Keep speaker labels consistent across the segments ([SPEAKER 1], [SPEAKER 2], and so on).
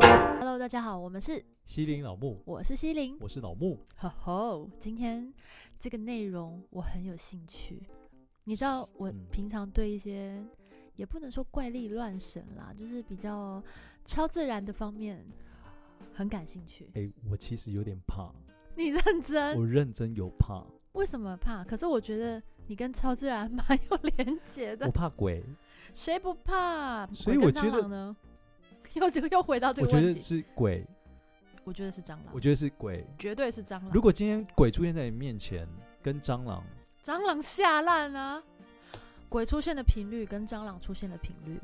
[SPEAKER 1] 大家好，我们是
[SPEAKER 2] 西林老木，
[SPEAKER 1] 我是西林，
[SPEAKER 2] 我是老木。
[SPEAKER 1] 吼吼，今天这个内容我很有兴趣。你知道我
[SPEAKER 2] 嗯
[SPEAKER 1] 平常对一些、也不能说怪力乱神啦，就是比较超自然的方面很感兴趣。
[SPEAKER 2] 哎、我其实有点怕，
[SPEAKER 1] 你认真？
[SPEAKER 2] 我认真有怕，
[SPEAKER 1] 为什么怕？可是我觉得你跟超自然蛮有连结
[SPEAKER 2] 我
[SPEAKER 1] 的，
[SPEAKER 2] 怕鬼。
[SPEAKER 1] 谁不怕？
[SPEAKER 2] 所以
[SPEAKER 1] 鬼
[SPEAKER 2] 我
[SPEAKER 1] 跟
[SPEAKER 2] 觉
[SPEAKER 1] 蟑
[SPEAKER 2] 得
[SPEAKER 1] 螂呢？又就又回到这
[SPEAKER 2] 我
[SPEAKER 1] 个
[SPEAKER 2] 觉
[SPEAKER 1] 问
[SPEAKER 2] 得
[SPEAKER 1] 题，嗯
[SPEAKER 2] 是鬼，
[SPEAKER 1] 我觉得是蟑螂
[SPEAKER 2] 我，觉得是鬼。
[SPEAKER 1] 绝对是蟑螂
[SPEAKER 2] 如。果今天鬼出现在你面前，跟蟑螂，
[SPEAKER 1] 蟑螂吓烂啊！鬼出现的频率跟蟑螂出现的频率，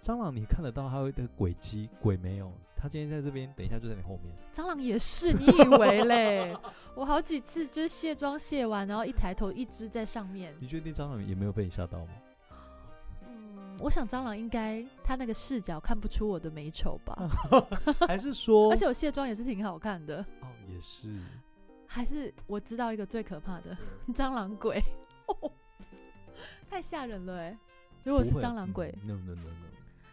[SPEAKER 2] 蟑螂你看得到它会的轨迹，鬼没有。它今天在这边，等一下就在你后面。
[SPEAKER 1] 蟑螂也是，你以为 嘞？我好几次就是卸妆卸完，然后一抬头，一只在上面。
[SPEAKER 2] 你确定蟑螂也没有被你 吓到吗？
[SPEAKER 1] 嗯，我想蟑螂应该它那个视角看不出我的美丑吧，
[SPEAKER 2] 还是说，
[SPEAKER 1] 而且我卸妆也是挺好看的。
[SPEAKER 2] 哦，也是，
[SPEAKER 1] 还是我知道一个最可怕的
[SPEAKER 2] 嗯
[SPEAKER 1] 蟑螂鬼，太吓人了哎、如
[SPEAKER 2] 不
[SPEAKER 1] 果是
[SPEAKER 2] 会
[SPEAKER 1] 蟑螂鬼，
[SPEAKER 2] 嗯，no no no no。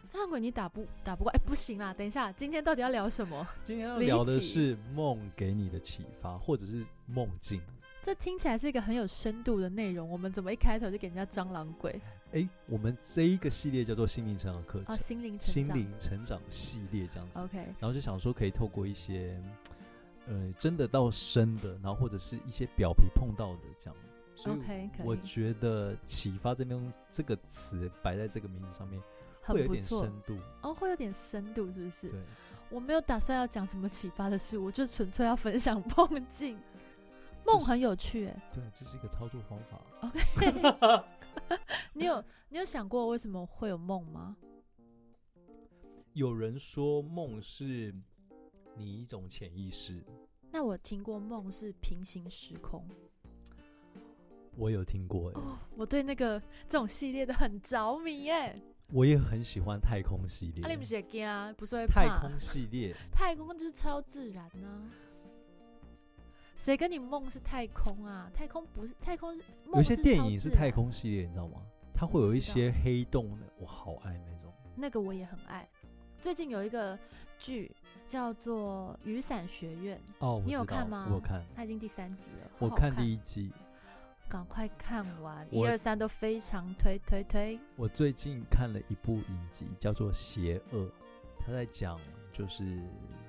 [SPEAKER 1] 蟑螂鬼你打不打不过？哎、不行啦！等一下，今天到底要聊什么？
[SPEAKER 2] 今天要
[SPEAKER 1] 离
[SPEAKER 2] 聊的
[SPEAKER 1] 奇
[SPEAKER 2] 是梦给你的启发，或者是梦境。
[SPEAKER 1] 这听起来是一个很有深度的内容，我们怎么一开头就给人家蟑螂鬼
[SPEAKER 2] 哎、我们这一个系列叫做心灵成长课
[SPEAKER 1] 啊？
[SPEAKER 2] 程，
[SPEAKER 1] 心灵成
[SPEAKER 2] 心
[SPEAKER 1] 长
[SPEAKER 2] 灵成长系列这样子。
[SPEAKER 1] o k
[SPEAKER 2] 然后就想说可以透过一些，呃，真的到深的，然后或者是一些表皮碰到的这样。所以
[SPEAKER 1] OK，可
[SPEAKER 2] 我
[SPEAKER 1] 以
[SPEAKER 2] 觉得“启发”这边用这个词摆在这个名字上面，会
[SPEAKER 1] 很
[SPEAKER 2] 有
[SPEAKER 1] 不
[SPEAKER 2] 点
[SPEAKER 1] 错
[SPEAKER 2] 深度。
[SPEAKER 1] 哦，会有点深度是不是
[SPEAKER 2] 对？，
[SPEAKER 1] 我没有打算要讲什么启发的事，我就纯粹要分享梦境。梦
[SPEAKER 2] 是
[SPEAKER 1] 很有趣、 欸，
[SPEAKER 2] 对，啊这是一个操作方法。
[SPEAKER 1] 你有你有想过为什么会有梦吗？
[SPEAKER 2] 有人说梦是你一种潜意识，
[SPEAKER 1] 那我听过梦是平行时空，
[SPEAKER 2] 我有听过、欸，
[SPEAKER 1] 哦，我对那个这种系列的很着迷哎、欸。
[SPEAKER 2] 我也很喜欢太空系列。
[SPEAKER 1] 啊，你不是也惊啊？不是会
[SPEAKER 2] 太
[SPEAKER 1] 怕
[SPEAKER 2] 空系列，
[SPEAKER 1] 太空就是超自然呢、谁跟你梦是太空啊？太空不是太空是，
[SPEAKER 2] 有
[SPEAKER 1] 梦
[SPEAKER 2] 一些电影
[SPEAKER 1] 是超自
[SPEAKER 2] 是太
[SPEAKER 1] 然，
[SPEAKER 2] 空系列，你知道吗？它会有一
[SPEAKER 1] 知道
[SPEAKER 2] 些黑洞的，我好爱那种。
[SPEAKER 1] 那个我也很爱。最近有一个剧叫做《雨伞学院
[SPEAKER 2] 哦，我
[SPEAKER 1] 你有
[SPEAKER 2] 知道
[SPEAKER 1] 看吗
[SPEAKER 2] 我有看》，，
[SPEAKER 1] 它已经第三集了，
[SPEAKER 2] 我
[SPEAKER 1] 好好
[SPEAKER 2] 看
[SPEAKER 1] 看
[SPEAKER 2] 第一季。
[SPEAKER 1] 赶快看完，一
[SPEAKER 2] 我
[SPEAKER 1] 二三都非常推推推。
[SPEAKER 2] 我最近看了一部影集，叫做《邪恶》，他在讲就是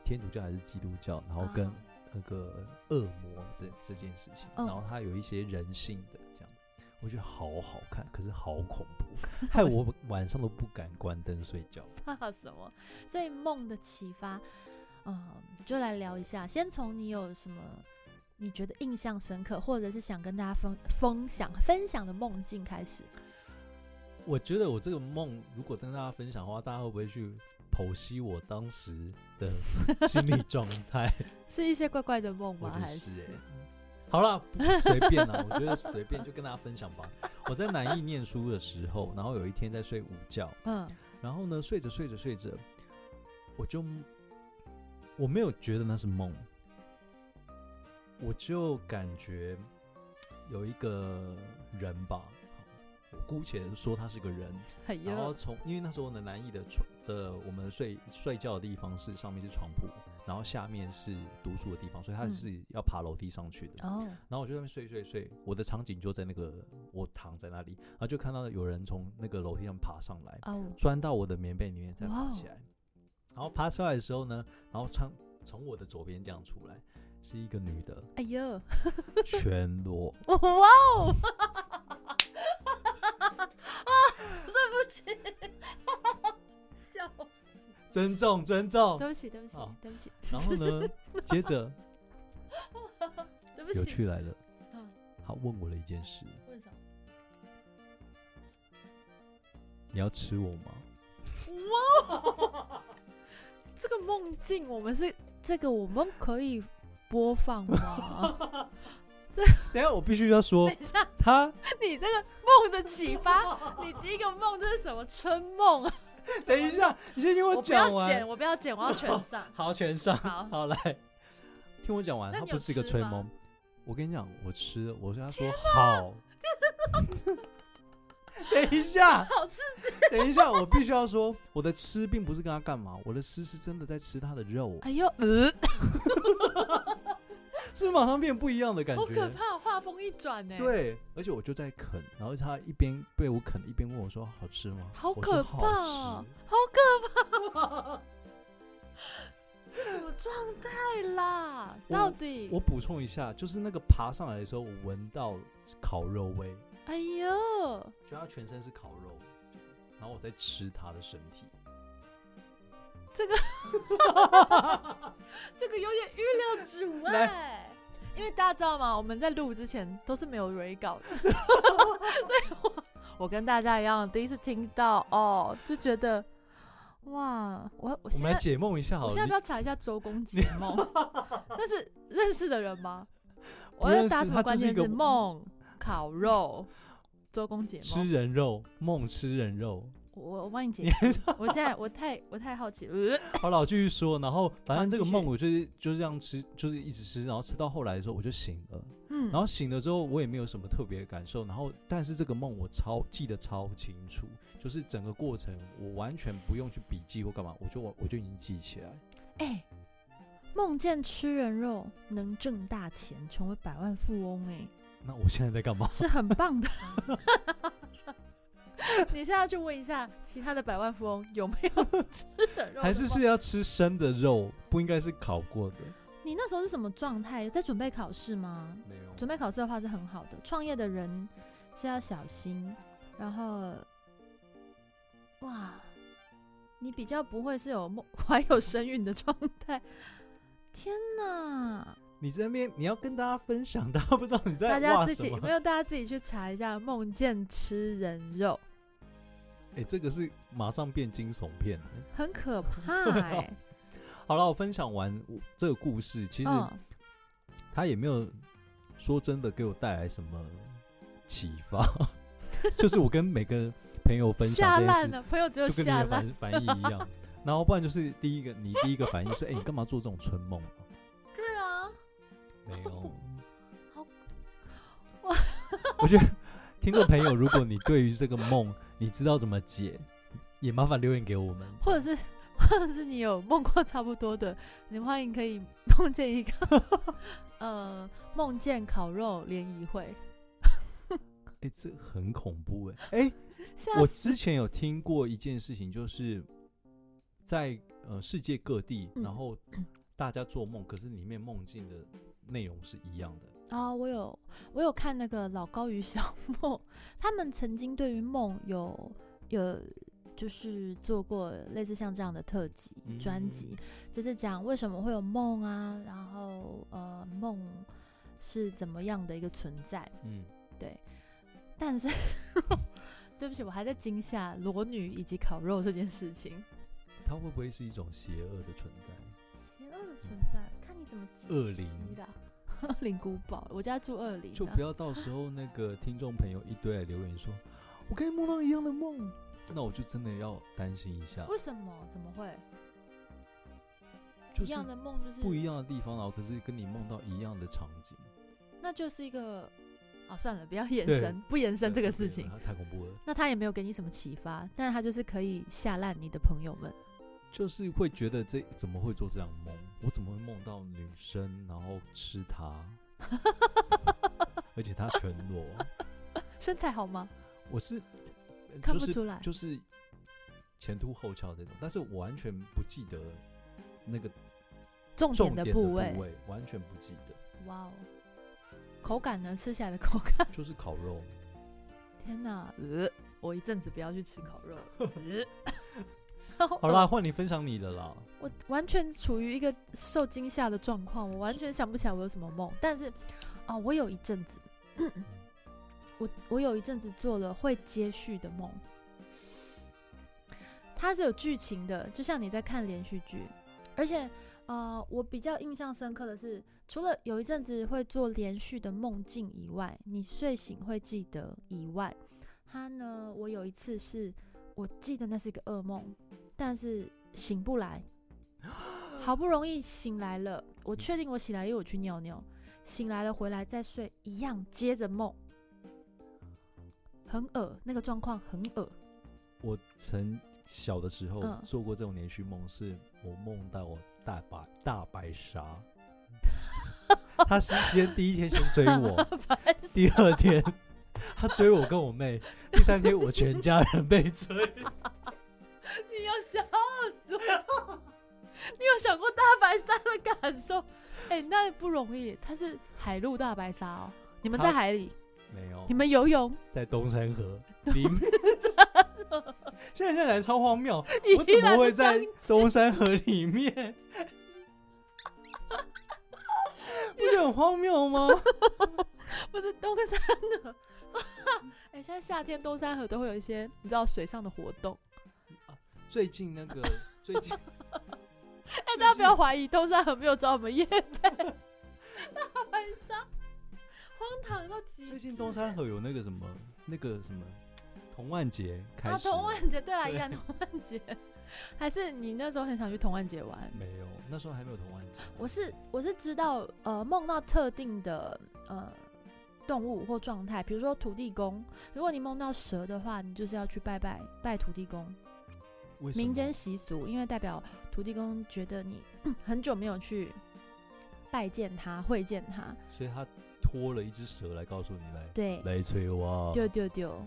[SPEAKER 2] 天主教还是基督教，然后跟
[SPEAKER 1] 啊
[SPEAKER 2] 那个恶魔这这件事情，
[SPEAKER 1] 嗯
[SPEAKER 2] 然后它有一些人性的这样，我觉得好好看，可是好恐 怖，害我晚上都不敢关灯睡觉。
[SPEAKER 1] 怕什么？所以梦的启发，嗯，就来聊一下。先从你有什么你觉得印象深刻，或者是想跟大家分分享分享的梦境开始。
[SPEAKER 2] 我觉得我这个梦，如果跟大家分享的话，大家会不会去剖析我当时的 心理状态？
[SPEAKER 1] 是一些怪怪的梦
[SPEAKER 2] 我
[SPEAKER 1] 吗？
[SPEAKER 2] 觉得
[SPEAKER 1] 还
[SPEAKER 2] 是哎、好啦，不随便啦，我觉得随便就跟大家分享吧。我在南艺念书的时候，然后有一天在睡午觉，
[SPEAKER 1] 嗯，
[SPEAKER 2] 然后呢睡着睡着睡着，我就我没有觉得那是梦，我就感觉有一个人吧，我姑且说他是个人，
[SPEAKER 1] 很
[SPEAKER 2] 然后
[SPEAKER 1] 热，
[SPEAKER 2] 从因为那时候呢，南艺的床的我们睡睡觉的地方是上面是床铺，然后下面是读书的地方，所以他
[SPEAKER 1] 嗯
[SPEAKER 2] 是要爬楼梯上去的。
[SPEAKER 1] 哦，
[SPEAKER 2] 然后我就在那边睡睡睡，我的场景就在那个我躺在那里，然后就看到有人从那个楼梯上爬上来，
[SPEAKER 1] 哦，
[SPEAKER 2] 钻到我的棉被里面再
[SPEAKER 1] 哇
[SPEAKER 2] 爬
[SPEAKER 1] 哦
[SPEAKER 2] 起来。然后爬出来的时候呢，然后从从我的左边这样出来，是一个女的，
[SPEAKER 1] 哎呦，
[SPEAKER 2] 全裸。
[SPEAKER 1] 哇哦！ 啊，对不起，笑，
[SPEAKER 2] 尊重尊重
[SPEAKER 1] 对。不起，对不起
[SPEAKER 2] 好，
[SPEAKER 1] 对不起，
[SPEAKER 2] 然 后呢，接着
[SPEAKER 1] 对不
[SPEAKER 2] 有
[SPEAKER 1] 起。
[SPEAKER 2] 趣来了
[SPEAKER 1] 嗯，
[SPEAKER 2] 他问我了一件事。
[SPEAKER 1] 为什么？
[SPEAKER 2] 你要吃我吗？
[SPEAKER 1] 哇！哦这个梦境，我们是这个，我们可以播放 吗？
[SPEAKER 2] 等一下我必须要说
[SPEAKER 1] 等，一下，
[SPEAKER 2] 他
[SPEAKER 1] 你这个梦的启发，你第一个梦这是什么？春梦啊！
[SPEAKER 2] 等一下，你先听
[SPEAKER 1] 我不
[SPEAKER 2] 讲
[SPEAKER 1] 要剪，
[SPEAKER 2] 完。。
[SPEAKER 1] 我不要剪，我要全上
[SPEAKER 2] 好，全上。
[SPEAKER 1] 好
[SPEAKER 2] 好来，听我讲完。
[SPEAKER 1] 那
[SPEAKER 2] 他
[SPEAKER 1] 你
[SPEAKER 2] 不
[SPEAKER 1] 有
[SPEAKER 2] 是一个
[SPEAKER 1] 吃
[SPEAKER 2] 吹
[SPEAKER 1] 吗
[SPEAKER 2] 蒙。我跟你讲，我吃了。我跟他说好。 等一下，
[SPEAKER 1] 好刺
[SPEAKER 2] 等一下，我必须要说，我的吃并不是跟他干嘛，我的吃是真的在吃他的肉，
[SPEAKER 1] 哎呦，呃，
[SPEAKER 2] 是马上变不一样的感
[SPEAKER 1] 好可
[SPEAKER 2] 觉。
[SPEAKER 1] 怕，画风一转欸呢、，
[SPEAKER 2] 对，而且我就在啃，然后他一边被我啃，一边问我说：“好吃吗？”
[SPEAKER 1] 好
[SPEAKER 2] 我
[SPEAKER 1] 可
[SPEAKER 2] 说
[SPEAKER 1] 怕
[SPEAKER 2] 好
[SPEAKER 1] 哦， 好可怕，这什么状态啦？
[SPEAKER 2] 我
[SPEAKER 1] 到底
[SPEAKER 2] 吃。我，补充一下，就是那个爬上来的时候，我闻到烤肉味，
[SPEAKER 1] 哎呦，
[SPEAKER 2] 觉得他全身是烤肉，然后我在吃他的身体。
[SPEAKER 1] 这 个这个有点预料之外
[SPEAKER 2] 来。
[SPEAKER 1] 因为大家知道吗？我们在录之前都是没有 re 稿 的，所以我我跟大家一样，第一次听到哦，就觉得哇，我我
[SPEAKER 2] 我
[SPEAKER 1] 现
[SPEAKER 2] 们来
[SPEAKER 1] 在
[SPEAKER 2] 解梦一下好
[SPEAKER 1] 我
[SPEAKER 2] 了，
[SPEAKER 1] 现在
[SPEAKER 2] 你
[SPEAKER 1] 不要查一下周公解梦， 那是认识的人吗？
[SPEAKER 2] 不
[SPEAKER 1] 我要
[SPEAKER 2] 认识
[SPEAKER 1] 打什么
[SPEAKER 2] 他
[SPEAKER 1] 关
[SPEAKER 2] 就是
[SPEAKER 1] 键
[SPEAKER 2] 一个
[SPEAKER 1] 字？梦烤肉周公解
[SPEAKER 2] 吃
[SPEAKER 1] 梦，
[SPEAKER 2] 人肉，梦吃人肉。
[SPEAKER 1] 我我帮你解释。我现在我太我太好奇 了，
[SPEAKER 2] 好了，我继续说。然后反
[SPEAKER 1] 好
[SPEAKER 2] 正
[SPEAKER 1] 你
[SPEAKER 2] 这个
[SPEAKER 1] 继
[SPEAKER 2] 梦，
[SPEAKER 1] 续
[SPEAKER 2] 我就是就这样吃，就是一直吃，然后吃到后来的时候我就醒了。
[SPEAKER 1] 嗯，
[SPEAKER 2] 然后醒了之后，我也没有什么特别的感受。然后，但是这个梦我超记得超清楚，就是整个过程我完全不用去笔记或干嘛，我就我我就已经记起来。
[SPEAKER 1] 哎、梦见吃人肉能挣大钱，成为百万富翁、
[SPEAKER 2] 那我现在在干嘛
[SPEAKER 1] 哎，？是很棒的。你现在去问一下其他的百万富翁有没有吃人肉的梦，
[SPEAKER 2] 还是是要吃生的肉，不应该是烤过的？
[SPEAKER 1] 你那时候是什么状态？在准备考试吗？
[SPEAKER 2] 没有
[SPEAKER 1] 准备考试的话是很好的，创业的人是要小心，然后，哇，你比较不会是有梦 怀有身孕的状态。天哪！
[SPEAKER 2] 你在那边你要跟大家分享，大家不知道 你在
[SPEAKER 1] 大家
[SPEAKER 2] 哇
[SPEAKER 1] 自
[SPEAKER 2] 什
[SPEAKER 1] 己
[SPEAKER 2] 么
[SPEAKER 1] 没有，大家自己去查一下梦见吃人肉，
[SPEAKER 2] 哎、这个是马上变惊悚片了。
[SPEAKER 1] 很可 怕
[SPEAKER 2] 对啊
[SPEAKER 1] 哎、
[SPEAKER 2] 好了，我分享完我这个故事，其实
[SPEAKER 1] 嗯，
[SPEAKER 2] 他也没有说真的给我带来什么启发，就是我跟每个朋友分享
[SPEAKER 1] 吓
[SPEAKER 2] 这
[SPEAKER 1] 烂
[SPEAKER 2] 件事，
[SPEAKER 1] 了，朋友只有
[SPEAKER 2] 就跟你
[SPEAKER 1] 吓
[SPEAKER 2] 的
[SPEAKER 1] 烂，
[SPEAKER 2] 反反应一 样。然后不然就是第一个，你第一个反应是，哎、你干嘛做这种春梦啊？
[SPEAKER 1] 对啊，
[SPEAKER 2] 没有
[SPEAKER 1] 好，
[SPEAKER 2] 我 我觉得听众朋友，如果你对于这个梦，你知道怎么解，也麻烦留言给我们。
[SPEAKER 1] 或者是 或者是你有梦过差不多的，你欢迎可以 梦见一个 呃梦见烤肉联谊会，
[SPEAKER 2] 哎、这很恐怖哎、哎、
[SPEAKER 1] 吓
[SPEAKER 2] 我
[SPEAKER 1] 死
[SPEAKER 2] 之前有听过一件事情，就是在呃世界各地，
[SPEAKER 1] 嗯
[SPEAKER 2] 然后大家做梦，可是里面梦境的内容是一样的。
[SPEAKER 1] 啊、我有我有看那个老高与小莫，他们曾经对于梦有有就是做过类似像这样的特辑专
[SPEAKER 2] 嗯
[SPEAKER 1] 辑，就是讲为什么会有梦啊，然后呃梦是怎么样的一个存在。
[SPEAKER 2] 嗯，
[SPEAKER 1] 但是 对不起，我还在惊吓裸女以及烤肉这件事情，
[SPEAKER 2] 它会不会是一种邪恶的存在？
[SPEAKER 1] 邪恶的存在，看你怎么解
[SPEAKER 2] 恶
[SPEAKER 1] 析
[SPEAKER 2] 灵
[SPEAKER 1] 的。恶灵古堡，我家住恶灵、啊，
[SPEAKER 2] 就不要到时候那个听众朋友一堆来留言说，我跟你梦到一样的梦，那我就真的要担心一下，
[SPEAKER 1] 为什么？怎么会？
[SPEAKER 2] 就
[SPEAKER 1] 一
[SPEAKER 2] 是
[SPEAKER 1] 样的梦就是
[SPEAKER 2] 不一样的地方，啊然后可是跟你梦到一样的场景。
[SPEAKER 1] 那就是一个哦，算了，不要延
[SPEAKER 2] 对
[SPEAKER 1] 伸，不延伸这
[SPEAKER 2] 对
[SPEAKER 1] 个
[SPEAKER 2] 不
[SPEAKER 1] 事
[SPEAKER 2] 行
[SPEAKER 1] 情。
[SPEAKER 2] 了太恐怖了。
[SPEAKER 1] 那他也没有给你什么启发，但是他就是可以吓烂你的朋友们。
[SPEAKER 2] 就是会觉得这怎么会做这样的梦？我怎么会梦到女生然后吃她， 而且她全裸？
[SPEAKER 1] 身材好吗？
[SPEAKER 2] 我是呃
[SPEAKER 1] 看
[SPEAKER 2] 就
[SPEAKER 1] 不
[SPEAKER 2] 是
[SPEAKER 1] 出来
[SPEAKER 2] 就是前凸后翘这种，但是我完全不记得那个
[SPEAKER 1] 重
[SPEAKER 2] 重
[SPEAKER 1] 点的
[SPEAKER 2] 点的
[SPEAKER 1] 部位，
[SPEAKER 2] 位，完全不记得，
[SPEAKER 1] 哇哦！口感呢？吃起来的口感，
[SPEAKER 2] 就是烤肉。
[SPEAKER 1] 嗯天哪！呃，我一阵子不要去吃烤肉了。呃
[SPEAKER 2] 好啦，，换你分享你的啦。
[SPEAKER 1] 我完全处于一个受惊吓的状况，我完全想不起来我有什么梦。但是，啊、我有一阵子， 我我有一阵子做了会接续的梦，它是有剧情的，就像你在看连续剧。而且，呃，我比较印象深刻的是，除了有一阵子会做连续的梦境以外，你睡醒会记得以外，它呢，我有一次是我记得那是一个噩梦，但是醒不来，好不容易醒来了，
[SPEAKER 2] 嗯
[SPEAKER 1] 我确定我醒来，因为我去尿尿，醒来了回来再睡，一样接着梦，很恶，那个状况很恶。
[SPEAKER 2] 我曾小的时候
[SPEAKER 1] 嗯
[SPEAKER 2] 做过这种连续梦，是我梦到我大白大 白鲨，他是先第一天先追 我，
[SPEAKER 1] 白
[SPEAKER 2] 第二天 他追我跟我妹，第三天我全家人被追。
[SPEAKER 1] 你要笑死我！ 你有想过大白鲨的感受？哎、那不容易，它是海陆大白鲨哦。你们在
[SPEAKER 2] 它
[SPEAKER 1] 海里，
[SPEAKER 2] 没有
[SPEAKER 1] 你，们游泳，
[SPEAKER 2] 在东山河里 面，现在现在超荒谬， 我
[SPEAKER 1] 依
[SPEAKER 2] 怎
[SPEAKER 1] 然
[SPEAKER 2] 么
[SPEAKER 1] 是
[SPEAKER 2] 会在
[SPEAKER 1] 相
[SPEAKER 2] 中山河里面？ 不是很荒谬吗？
[SPEAKER 1] 不是东山河。 哎、现在夏天东山河都会有一些你知道水上的活动。
[SPEAKER 2] 最近那个最近，
[SPEAKER 1] 哎、大家不要怀疑，东山河没有找我们叶贝。大白鲨，荒唐到极致。
[SPEAKER 2] 最近东山河有那个什么那个什么童万节开
[SPEAKER 1] 啊，
[SPEAKER 2] 始
[SPEAKER 1] 童
[SPEAKER 2] 了，
[SPEAKER 1] 万节，对啦，
[SPEAKER 2] 对
[SPEAKER 1] 依然童万节。还是你那时候很想去童万节玩？
[SPEAKER 2] 没有，那时候还没有童万节。
[SPEAKER 1] 我是我是知道，呃，梦到特定的呃动物或状态，比如说土地公。如果你梦到蛇的话，你就是要去拜拜拜土地公，
[SPEAKER 2] 为什么
[SPEAKER 1] 民间习俗，因为代表土地公觉得你 很久没有去拜见他、会见他。
[SPEAKER 2] 所以他拖了一只蛇来告诉你来
[SPEAKER 1] 对，
[SPEAKER 2] 来催我。
[SPEAKER 1] 丢丢丢。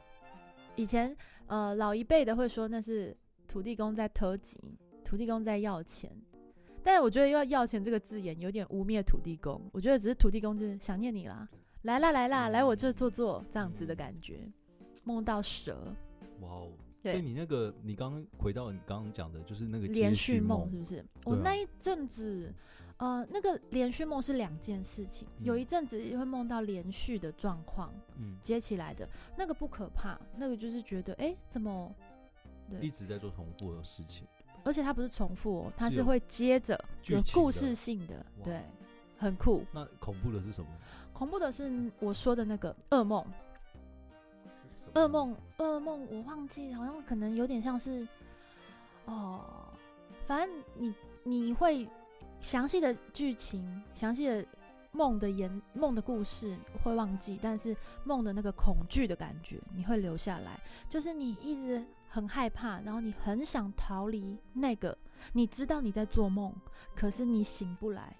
[SPEAKER 1] 以前呃老一辈的会说那是土地公在偷鸡，土地公在要钱。但是我觉得要要钱这个字眼有点污蔑土地公，我觉得只是土地公就是想念你啦，来啦来啦，来我这坐坐这样子
[SPEAKER 2] 嗯
[SPEAKER 1] 的感觉。梦到蛇
[SPEAKER 2] 哇哦！所
[SPEAKER 1] 对
[SPEAKER 2] 以你那个你刚刚回到你刚刚讲的，就是那个
[SPEAKER 1] 连
[SPEAKER 2] 接
[SPEAKER 1] 续
[SPEAKER 2] 续
[SPEAKER 1] 梦是不是？我
[SPEAKER 2] 对啊
[SPEAKER 1] 那一阵子。呃，那个连续梦是两件事情，
[SPEAKER 2] 嗯
[SPEAKER 1] 有一阵子会梦到连续的状况
[SPEAKER 2] 嗯，
[SPEAKER 1] 接起来的，那个不可怕，那个就是觉得，哎、怎么对
[SPEAKER 2] 一直在做重复的事情。
[SPEAKER 1] 而且它不是重复哦，它
[SPEAKER 2] 是
[SPEAKER 1] 是
[SPEAKER 2] 有
[SPEAKER 1] 会接着
[SPEAKER 2] 剧
[SPEAKER 1] 有
[SPEAKER 2] 情
[SPEAKER 1] 故
[SPEAKER 2] 的
[SPEAKER 1] 事性的，
[SPEAKER 2] 哇
[SPEAKER 1] 对，很酷。
[SPEAKER 2] 那恐怖的是什么？
[SPEAKER 1] 恐怖的是我说的那个噩梦，噩梦，噩梦，我忘记，好像可能有点像是，哦，反正你你会详细的剧情、详细的梦的言、梦的故事会忘记，但是梦的那个恐惧的感觉你会留下来，就是你一直很害怕，然后你很想逃离那个，你知道你在做梦，可是你醒不来，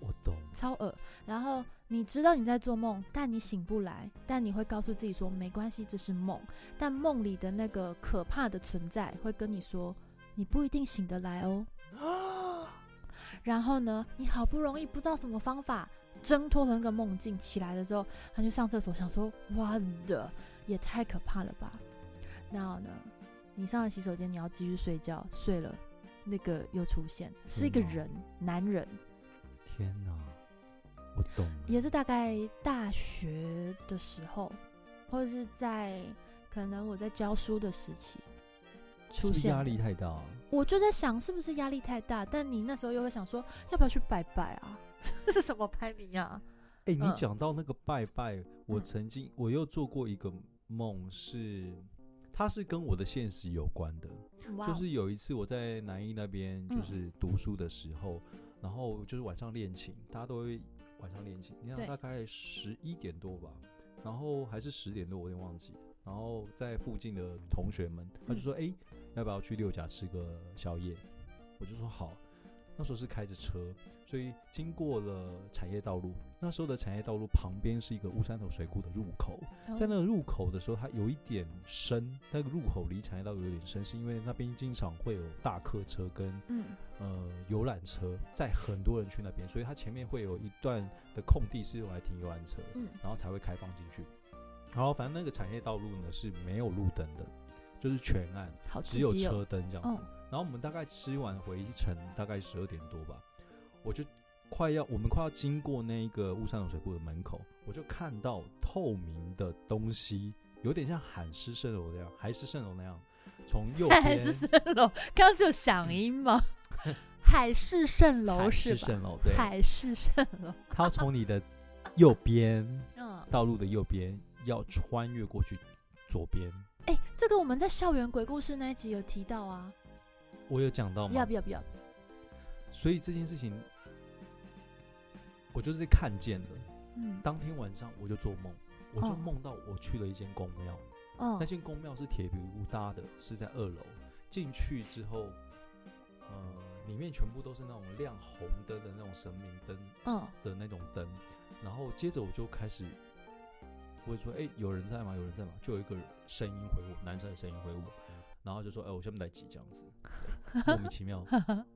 [SPEAKER 2] 我懂。
[SPEAKER 1] 超恶。然后你知道你在做梦，但你醒不来，但你会告诉自己说没关系，这是梦。但梦里的那个可怕的存在会跟你说，你不一定醒得来哦。 然后呢，你好不容易不知道什么方法挣脱了那个梦境，起来的时候，他去上厕所，想说哇的，也太可怕了吧。然后呢，你上了洗手间，你要继续睡觉，睡了。那个又出现，是一个
[SPEAKER 2] 天哪
[SPEAKER 1] 人，男人，
[SPEAKER 2] 天哪，我懂了。
[SPEAKER 1] 也是大概大学的时候，或者是在可能我在教书的时期
[SPEAKER 2] 是
[SPEAKER 1] 出
[SPEAKER 2] 不是
[SPEAKER 1] 现
[SPEAKER 2] 压
[SPEAKER 1] 的
[SPEAKER 2] 力，太大啊。
[SPEAKER 1] 我就在想是不是压力太大，但你那时候又会想说要不要去拜拜啊？ 这是什么排名啊？
[SPEAKER 2] 哎、你
[SPEAKER 1] 嗯
[SPEAKER 2] 讲到那个拜拜，我
[SPEAKER 1] 嗯
[SPEAKER 2] 曾经我又做过一个梦，是它是跟我的现实有关的。
[SPEAKER 1] 哇
[SPEAKER 2] 就
[SPEAKER 1] 哦，
[SPEAKER 2] 是有一次我在南艺那边就
[SPEAKER 1] 嗯
[SPEAKER 2] 是读书的时候，然后就是晚上练琴，大家都会晚上练琴，你
[SPEAKER 1] 对
[SPEAKER 2] 看大概十一点多吧，然后还是十点多，我有点忘记。然后在附近的同学们，
[SPEAKER 1] 嗯
[SPEAKER 2] 他就说：“哎、要不要去六甲吃个宵夜？”我就说好。那时候是开着车，所以经过了产业道路。那时候的产业道路旁边是一个乌山头水库的入口，
[SPEAKER 1] 哦
[SPEAKER 2] 在那个入口的时候，它有一点深，那个入口离产业道路有点深，是因为那边经常会有大客车跟
[SPEAKER 1] 嗯
[SPEAKER 2] 呃游览车载很多人去那边，所以它前面会有一段的空地是用来停游览车的，
[SPEAKER 1] 嗯
[SPEAKER 2] 然后才会开放进去。然后反正那个产业道路呢是没有路灯的，就是全暗，
[SPEAKER 1] 好刺
[SPEAKER 2] 只 有
[SPEAKER 1] 激
[SPEAKER 2] 车
[SPEAKER 1] 哦，
[SPEAKER 2] 灯这样子。
[SPEAKER 1] 嗯
[SPEAKER 2] 然后我们大概吃完回程，大概十二点多吧，我就快要我们快要经过那个乌山有水库的门口，我就看到透明的东西，有点像海市蜃楼那样，海市蜃楼那样，从右边
[SPEAKER 1] 海市蜃楼，刚刚是有响音吗？ 海市蜃楼
[SPEAKER 2] 海
[SPEAKER 1] 是
[SPEAKER 2] 市
[SPEAKER 1] 吧？
[SPEAKER 2] 蜃楼，对，
[SPEAKER 1] 海市 蜃楼，
[SPEAKER 2] 它要从你的右边
[SPEAKER 1] 嗯，
[SPEAKER 2] 道路的右边要穿越过去左边，
[SPEAKER 1] 哎、这个我们在校园鬼故事那一集有提到啊，
[SPEAKER 2] 我有讲到吗？
[SPEAKER 1] 要不要不要？
[SPEAKER 2] 所以这件事情，我就是看见了。
[SPEAKER 1] 嗯，
[SPEAKER 2] 当天晚上我就做梦，我就
[SPEAKER 1] 哦
[SPEAKER 2] 梦到我去了一间公庙，
[SPEAKER 1] 嗯
[SPEAKER 2] 那间公庙是铁皮屋搭的，是在二楼。进去之后，呃，里面全部都是那种亮红灯的那种神明灯
[SPEAKER 1] 嗯
[SPEAKER 2] 的那种灯。然后接着我就开始问说：“哎、有人在吗？有人在吗？”就有一个声音回我，男生的声音回我，然后就说：“哎、我下面来几这样子。对”莫名 其妙，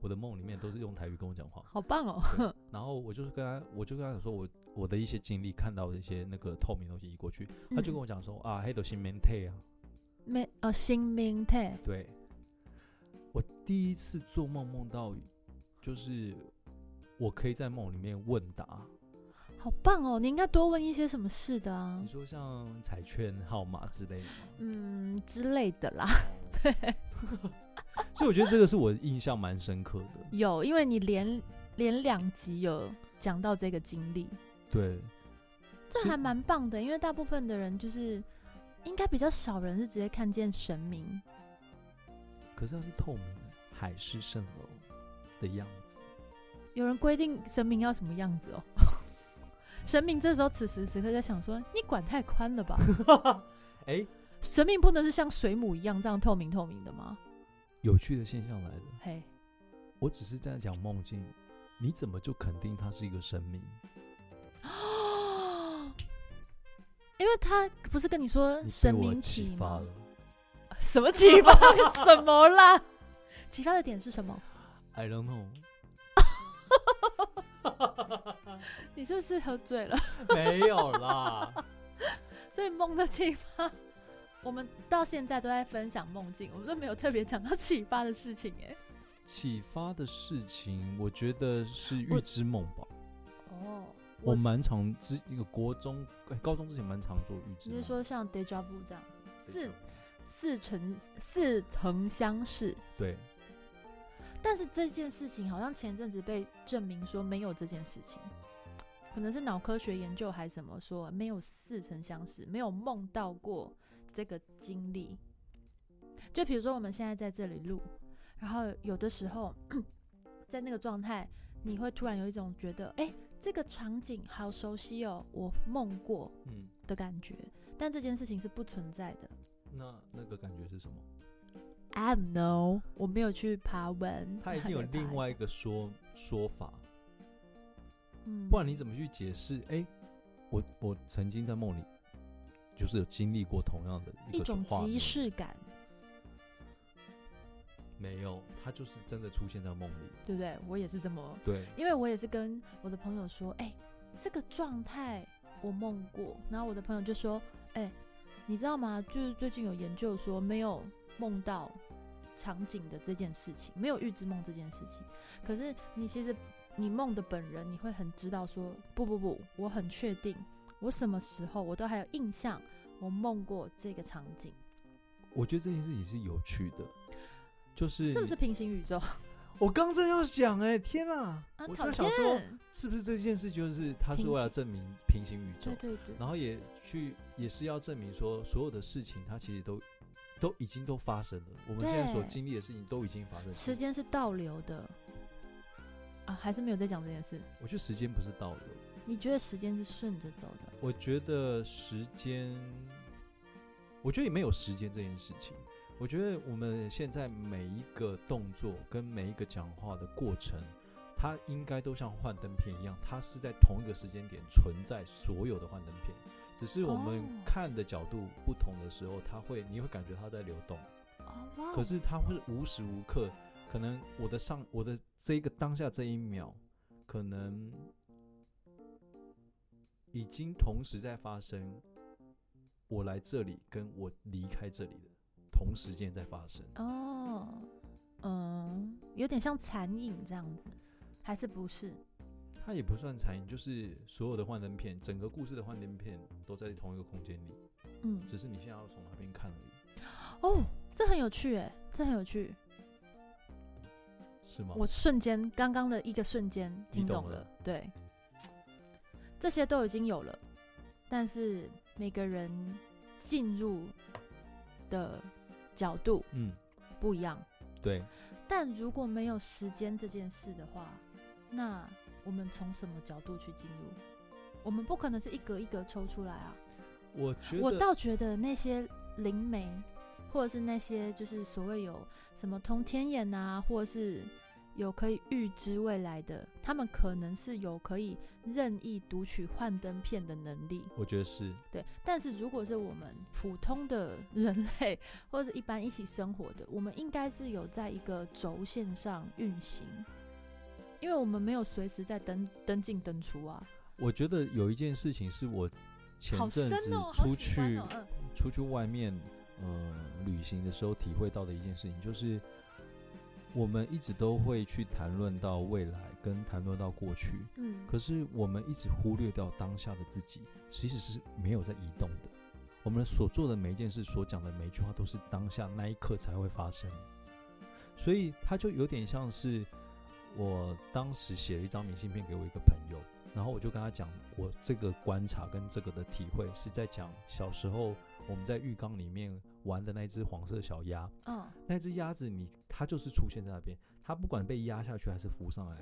[SPEAKER 2] 我的梦里面都是用台语跟我讲话。
[SPEAKER 1] 好棒哦，
[SPEAKER 2] 对然后我就是跟他，我就跟他讲说我我的一些经历，看到的一些那个透明的东西移过去，他就跟
[SPEAKER 1] 我
[SPEAKER 2] 我讲说、啊，黑的新棉泰啊，
[SPEAKER 1] 嗯没哦新明泰，
[SPEAKER 2] 对，我第一次做梦梦到，就是我可以在梦里面问答，
[SPEAKER 1] 好棒哦，你应该多问一些什么事的啊
[SPEAKER 2] 你，说像彩券号码之类的吗，
[SPEAKER 1] 嗯之类的啦。
[SPEAKER 2] 所以我觉得这个是我印象蛮深刻的。
[SPEAKER 1] 有，因为你连连两集有讲到这个经历，
[SPEAKER 2] 对，
[SPEAKER 1] 这
[SPEAKER 2] 是
[SPEAKER 1] 还蛮棒的。因为大部分的人就是应该比较少人是直接看见神明，
[SPEAKER 2] 可是它是透明的，海市蜃楼的样子。
[SPEAKER 1] 有人规定神明要什么样子哦。 神明这时候此时此刻在想说：“你管太宽了吧？
[SPEAKER 2] 哎、
[SPEAKER 1] 神明不能是像水母一样这样透明透明的吗
[SPEAKER 2] 有趣的现象来了。？”
[SPEAKER 1] 嘿，
[SPEAKER 2] 我只是在讲梦境，你怎么就肯定它是一个神明？
[SPEAKER 1] 因为他不是跟你说
[SPEAKER 2] 你
[SPEAKER 1] 神
[SPEAKER 2] 被我
[SPEAKER 1] 明
[SPEAKER 2] 启
[SPEAKER 1] 起
[SPEAKER 2] 发
[SPEAKER 1] 吗
[SPEAKER 2] 了？。
[SPEAKER 1] 什么启发？什么 啦？启发的点是什么？
[SPEAKER 2] I don't know，
[SPEAKER 1] 你是不是喝醉了？
[SPEAKER 2] 没有啦。
[SPEAKER 1] 所以梦的启发，我们到现在都在分享梦境，我们都没有特别讲到启发的事情哎。
[SPEAKER 2] 启发的事情，我觉得是
[SPEAKER 1] 我
[SPEAKER 2] 预知梦吧。
[SPEAKER 1] 哦，
[SPEAKER 2] 我
[SPEAKER 1] 我
[SPEAKER 2] 蛮常之那个国中、哎高中之前蛮常做预知
[SPEAKER 1] 你
[SPEAKER 2] 梦。
[SPEAKER 1] 是说像 deja vu 这样，
[SPEAKER 2] 对
[SPEAKER 1] 似似曾似曾相识，
[SPEAKER 2] 对，
[SPEAKER 1] 但是这件事情好像前阵子被证明说没有这件事情，可能是脑科学研究还是什么说没有似曾相识，没有梦到过这个经历。就比如说我们现在在这里录，然后有的时候 在那个状态，你会突然有一种觉得，哎、这个场景好熟悉哦，我梦过
[SPEAKER 2] 嗯，
[SPEAKER 1] 的感觉。但这件事情是不存在的。
[SPEAKER 2] 那那个感觉是什么？
[SPEAKER 1] I don't know，我没有去爬文，
[SPEAKER 2] 它一 定有另外一个说说法，
[SPEAKER 1] 嗯，
[SPEAKER 2] 不然你怎么去解释？哎、我我曾经在梦里，就是有经历过同样的一
[SPEAKER 1] 一
[SPEAKER 2] 个
[SPEAKER 1] 种
[SPEAKER 2] 画
[SPEAKER 1] 即
[SPEAKER 2] 面
[SPEAKER 1] 视感，
[SPEAKER 2] 没有，它就是真的出现在梦里。
[SPEAKER 1] 对不对？我也是这么，
[SPEAKER 2] 对，
[SPEAKER 1] 因为我也是跟我的朋友说，哎、这个状态我梦过，然后我的朋友就说，哎、你知道吗？就是最近有研究说，没有梦到场景的这件事情，没有预知梦这件事情，可是你其实你梦的本人，你会很知道说，不不不，我很确定，我什么时候我都还有印象，我梦过这个场景，
[SPEAKER 2] 我觉得这件事情是有趣的，就是
[SPEAKER 1] 是不是？平行宇宙？
[SPEAKER 2] 我刚正要讲，哎，天啊！
[SPEAKER 1] 啊，
[SPEAKER 2] 我
[SPEAKER 1] 讨
[SPEAKER 2] 就想说，
[SPEAKER 1] 厌！
[SPEAKER 2] 是不是这件事就是他是
[SPEAKER 1] 平
[SPEAKER 2] 为了
[SPEAKER 1] 行
[SPEAKER 2] 证明平行宇宙
[SPEAKER 1] 对，对对，
[SPEAKER 2] 然后也去也是要证明说所有的事情它其实都都已经都发生了，我们现在所
[SPEAKER 1] 对
[SPEAKER 2] 经历的事情都已经发生
[SPEAKER 1] 时
[SPEAKER 2] 了。
[SPEAKER 1] 间是倒流的啊，还是没有在讲这件事？
[SPEAKER 2] 我觉得时间不是倒流，
[SPEAKER 1] 你觉得时间是顺着走的？
[SPEAKER 2] 我觉得时间，我觉得也没有时间这件事情。我觉得我们现在每一个动作跟每一个讲话的过程，它应该都像幻灯片一样，它是在同一个时间点存在所有的幻灯片，只是我们
[SPEAKER 1] 哦
[SPEAKER 2] 看的角度不同的时候，它会你会感觉它在流动，
[SPEAKER 1] 哦，哇哦！
[SPEAKER 2] 可是它会无时无刻，可能我的上我的这一个当下这一秒，可能已经同时在发生，我来这里跟我离开这里的同时间在发生。
[SPEAKER 1] 哦，嗯，有点像残影这样子，还是不是？
[SPEAKER 2] 它也不算残影，就是所有的幻灯片，整个故事的幻灯片都在同一个空间里，
[SPEAKER 1] 嗯，
[SPEAKER 2] 只是你现在要从哪边看而已，
[SPEAKER 1] 哦，这很有趣哎，这很有趣。
[SPEAKER 2] 是吗？
[SPEAKER 1] 我瞬间刚刚的一个瞬间
[SPEAKER 2] 哦你
[SPEAKER 1] 听
[SPEAKER 2] 懂
[SPEAKER 1] 懂
[SPEAKER 2] 了
[SPEAKER 1] 了，对，这些都已经有了，但是每个人进入的角度
[SPEAKER 2] 嗯，
[SPEAKER 1] 不一样。
[SPEAKER 2] 对，
[SPEAKER 1] 但如果没有时间这件事的话，那我们从什么角度去进入？我们不可能是一格一格抽出来啊。
[SPEAKER 2] 我觉得
[SPEAKER 1] 我倒觉得那些灵媒，或者是那些就是所谓有什么通天眼啊，或者是有可以预知未来的，他们可能是有可以任意读取幻灯片的能力。
[SPEAKER 2] 我觉得是，
[SPEAKER 1] 对，但是如果是我们普通的人类，或者是一般一起生活的，我们应该是有在一个轴线上运行，因为我们没有随时在登登进登出啊。
[SPEAKER 2] 我觉得有一件事情是我前
[SPEAKER 1] 好
[SPEAKER 2] 阵
[SPEAKER 1] 深
[SPEAKER 2] 子
[SPEAKER 1] 哦，好
[SPEAKER 2] 嗯出
[SPEAKER 1] 喜欢
[SPEAKER 2] 去、
[SPEAKER 1] 哦，嗯，
[SPEAKER 2] 出去外面呃旅行的时候体会到的一件事情，就是我们一直都会去谈论到未来，跟谈论到过去，
[SPEAKER 1] 嗯
[SPEAKER 2] 可是我们一直忽略掉当下的自己，其实是没有在移动的。我们所做的每一件事，所讲的每一句话，都是当下那一刻才会发生。所以它就有点像是我当时写了一张明信片给我一个朋友，然后我就跟他讲，我这个观察跟这个的体会是在讲小时候我们在浴缸里面玩的那只黄色小鸭，
[SPEAKER 1] 嗯，
[SPEAKER 2] 那只鸭子你它就是出现在那边，它不管被压下去还是浮上来，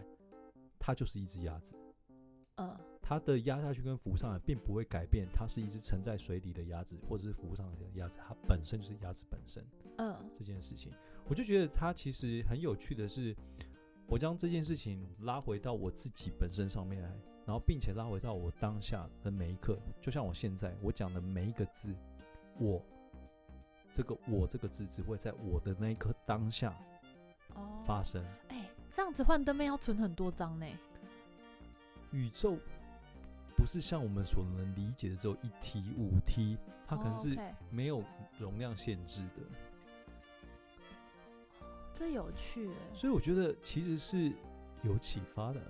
[SPEAKER 2] 它就是一只鸭子。
[SPEAKER 1] 呃，
[SPEAKER 2] 它的压下去跟浮上来并不会改变，它是一只沉在水里的鸭子，或者是浮上来的鸭子，它本身就是鸭子本身
[SPEAKER 1] 呃，
[SPEAKER 2] 这件事情。我就觉得它其实很有趣的是，我将这件事情拉回到我自己本身上面来，然后并且拉回到我当下的每一刻，就像我现在我讲的每一个字，我这个我这个字只会在我的那一刻当下
[SPEAKER 1] 哦，
[SPEAKER 2] 发生。
[SPEAKER 1] 哎、这样子幻灯片要存很多张呢。
[SPEAKER 2] 宇宙不是像我们所能理解的只有一 T 五 T，它可能
[SPEAKER 1] 哦
[SPEAKER 2] 是
[SPEAKER 1] OK
[SPEAKER 2] 没有容量限制的。
[SPEAKER 1] 这有趣耶，
[SPEAKER 2] 所以我觉得其实是有启发的。 啊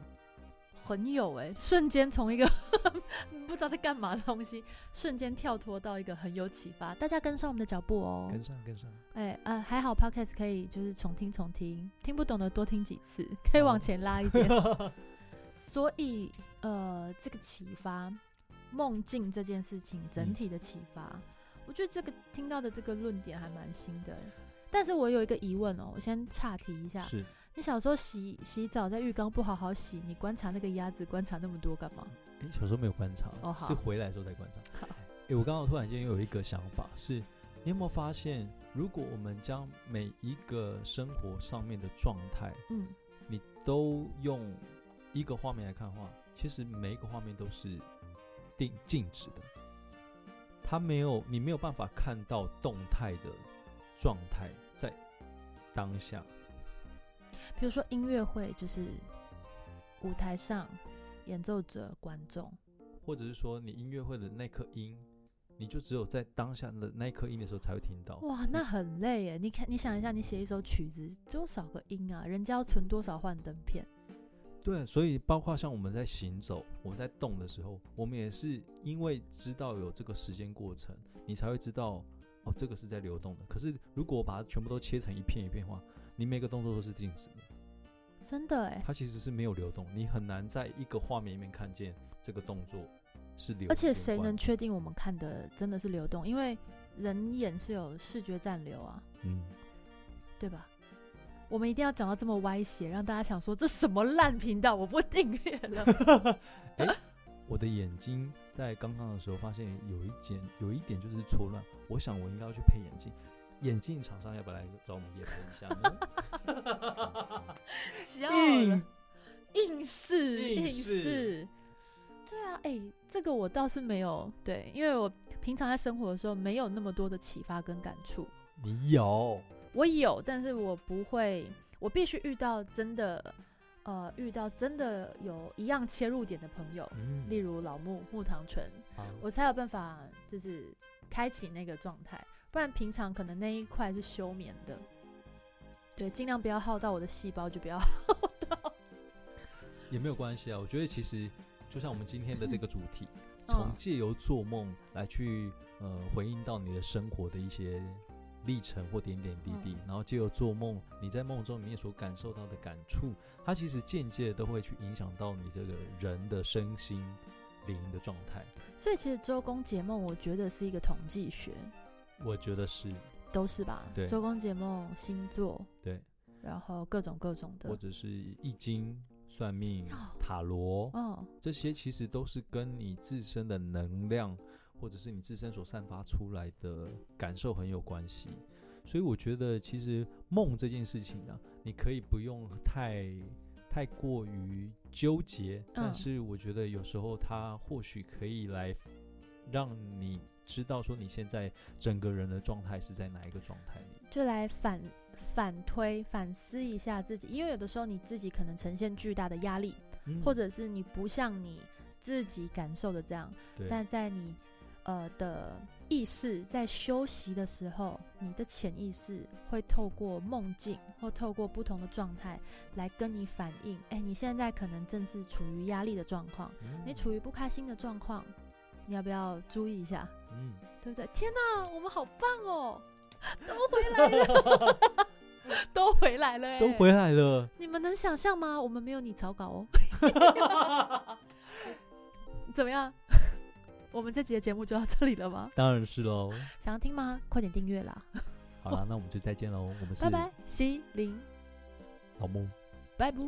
[SPEAKER 1] 很有哎，瞬间从一个 不知道在干嘛的东西，瞬间跳脱到一个很有启发。大家跟上我们的脚步哦。
[SPEAKER 2] 跟上，跟上，
[SPEAKER 1] 哎、呃，还好 podcast 可以就是重听重听，听不懂的多听几次，可以
[SPEAKER 2] 哦
[SPEAKER 1] 往前拉一点。 所以呃，这个启发梦境这件事情整
[SPEAKER 2] 嗯
[SPEAKER 1] 体的启发，我觉得这个听到的这个论点还蛮新的。但是我有一个疑问哦，我先岔题一下。
[SPEAKER 2] 是
[SPEAKER 1] 你小时候洗洗澡在浴缸不好好洗，你观察那个鸭子，观察那么多干嘛？
[SPEAKER 2] 哎、小时候没有观察，
[SPEAKER 1] 哦好
[SPEAKER 2] 是回来的时候才观察。
[SPEAKER 1] 好
[SPEAKER 2] 哎、我刚刚突然间有一个想法是，你有没有发现，如果我们将每一个生活上面的状态，
[SPEAKER 1] 嗯，
[SPEAKER 2] 你都用一个画面来看的话，其实每一个画面都是定静止的，它没有你没有办法看到动态的状态在当下。
[SPEAKER 1] 比如说音乐会，就是舞台上演奏者、观众，
[SPEAKER 2] 或者是说你音乐会的那颗音，你就只有在当下的那一颗音的时候才会听到。
[SPEAKER 1] 哇，那很累耶！你看，你想一下，你写一首曲子，多少个音啊？人家要存多少幻灯片？
[SPEAKER 2] 对，所以包括像我们在行走、我们在动的时候，我们也是因为知道有这个时间过程，你才会知道哦，这个是在流动的。可是如果我把它全部都切成一片一片的话，你每个动作都是静止的，
[SPEAKER 1] 真的哎，
[SPEAKER 2] 它其实是没有流动，你很难在一个画面里面看见这个动作是流。
[SPEAKER 1] 而且谁
[SPEAKER 2] 流贯
[SPEAKER 1] 能？确定我们看的真的是流动？因为人眼是有视觉暂留啊，
[SPEAKER 2] 嗯，
[SPEAKER 1] 对吧？我们一定要讲到这么歪斜，让大家想说这什么烂频道，我不订阅了。
[SPEAKER 2] 我的眼睛在刚刚的时候发现有一点有一点就是错乱，我想我应该要去配眼镜。眼镜厂商要不要来找我们也配一下 呢？
[SPEAKER 1] 笑
[SPEAKER 2] 硬
[SPEAKER 1] 了，硬是
[SPEAKER 2] 硬是
[SPEAKER 1] 是，对啊，哎、这个我倒是没有对，因为我平常在生活的时候没有那么多的启发跟感触，
[SPEAKER 2] 你有，
[SPEAKER 1] 我有，但是我不会，我必须遇到真的，呃，遇到真的有一样切入点的朋友，
[SPEAKER 2] 嗯
[SPEAKER 1] 例如老木、木糖醇，
[SPEAKER 2] 好
[SPEAKER 1] 我才有办法就是开启那个状态，不然平常可能那一块是休眠的。对，尽量不要耗到我的细胞，就不要耗到。
[SPEAKER 2] 也没有关系啊。我觉得其实就像我们今天的这个主 题，
[SPEAKER 1] 嗯
[SPEAKER 2] 从借由做梦来去呃回应到你的生活的一些历程或点点滴滴，
[SPEAKER 1] 嗯
[SPEAKER 2] 然后借由做梦，你在梦中里面所感受到的感触，它其实间接都会去影响到你这个人的身心灵的状态。
[SPEAKER 1] 所以其实周公解梦，我觉得是一个统计学，
[SPEAKER 2] 我觉得是，
[SPEAKER 1] 都是吧？
[SPEAKER 2] 对
[SPEAKER 1] 周公解梦、星座，
[SPEAKER 2] 对，
[SPEAKER 1] 然后各种各种的
[SPEAKER 2] 或。者是易经、算命
[SPEAKER 1] 哦、
[SPEAKER 2] 塔罗
[SPEAKER 1] 哦，
[SPEAKER 2] 这些，其实都是跟你自身的能量或者是你自身所散发出来的感受很有关系。所以我觉得，其实梦这件事情啊，你可以不用太太过于纠结，但
[SPEAKER 1] 嗯
[SPEAKER 2] 是我觉得有时候它或许可以来 f- 让你知道说你现在整个人的状态是在哪一个状态里。
[SPEAKER 1] 就来反反推、反思一下自己，因为有的时候你自己可能呈现巨大的压力，
[SPEAKER 2] 嗯
[SPEAKER 1] 或者是你不像你自己感受的这样，
[SPEAKER 2] 对
[SPEAKER 1] 但在你呃的意识在休息的时候，你的潜意识会透过梦境或透过不同的状态来跟你反映，哎，你现在可能正是处于压力的状况，你
[SPEAKER 2] 嗯
[SPEAKER 1] 处于不开心的状况，你要不要注意一下？
[SPEAKER 2] 嗯，
[SPEAKER 1] 对不对？天哪，我们好棒哦， 都回来 了，都回来了、哎
[SPEAKER 2] 都回来了，
[SPEAKER 1] 你们能想象吗？我们没有你草稿哦。怎么样？ 我们这集的节目就到这里了吗？
[SPEAKER 2] 当然是喽。
[SPEAKER 1] 想要听吗？快点订阅啦！
[SPEAKER 2] 好了，那我们就再见喽。我们是
[SPEAKER 1] 拜拜，西林，
[SPEAKER 2] 老木。
[SPEAKER 1] 拜拜。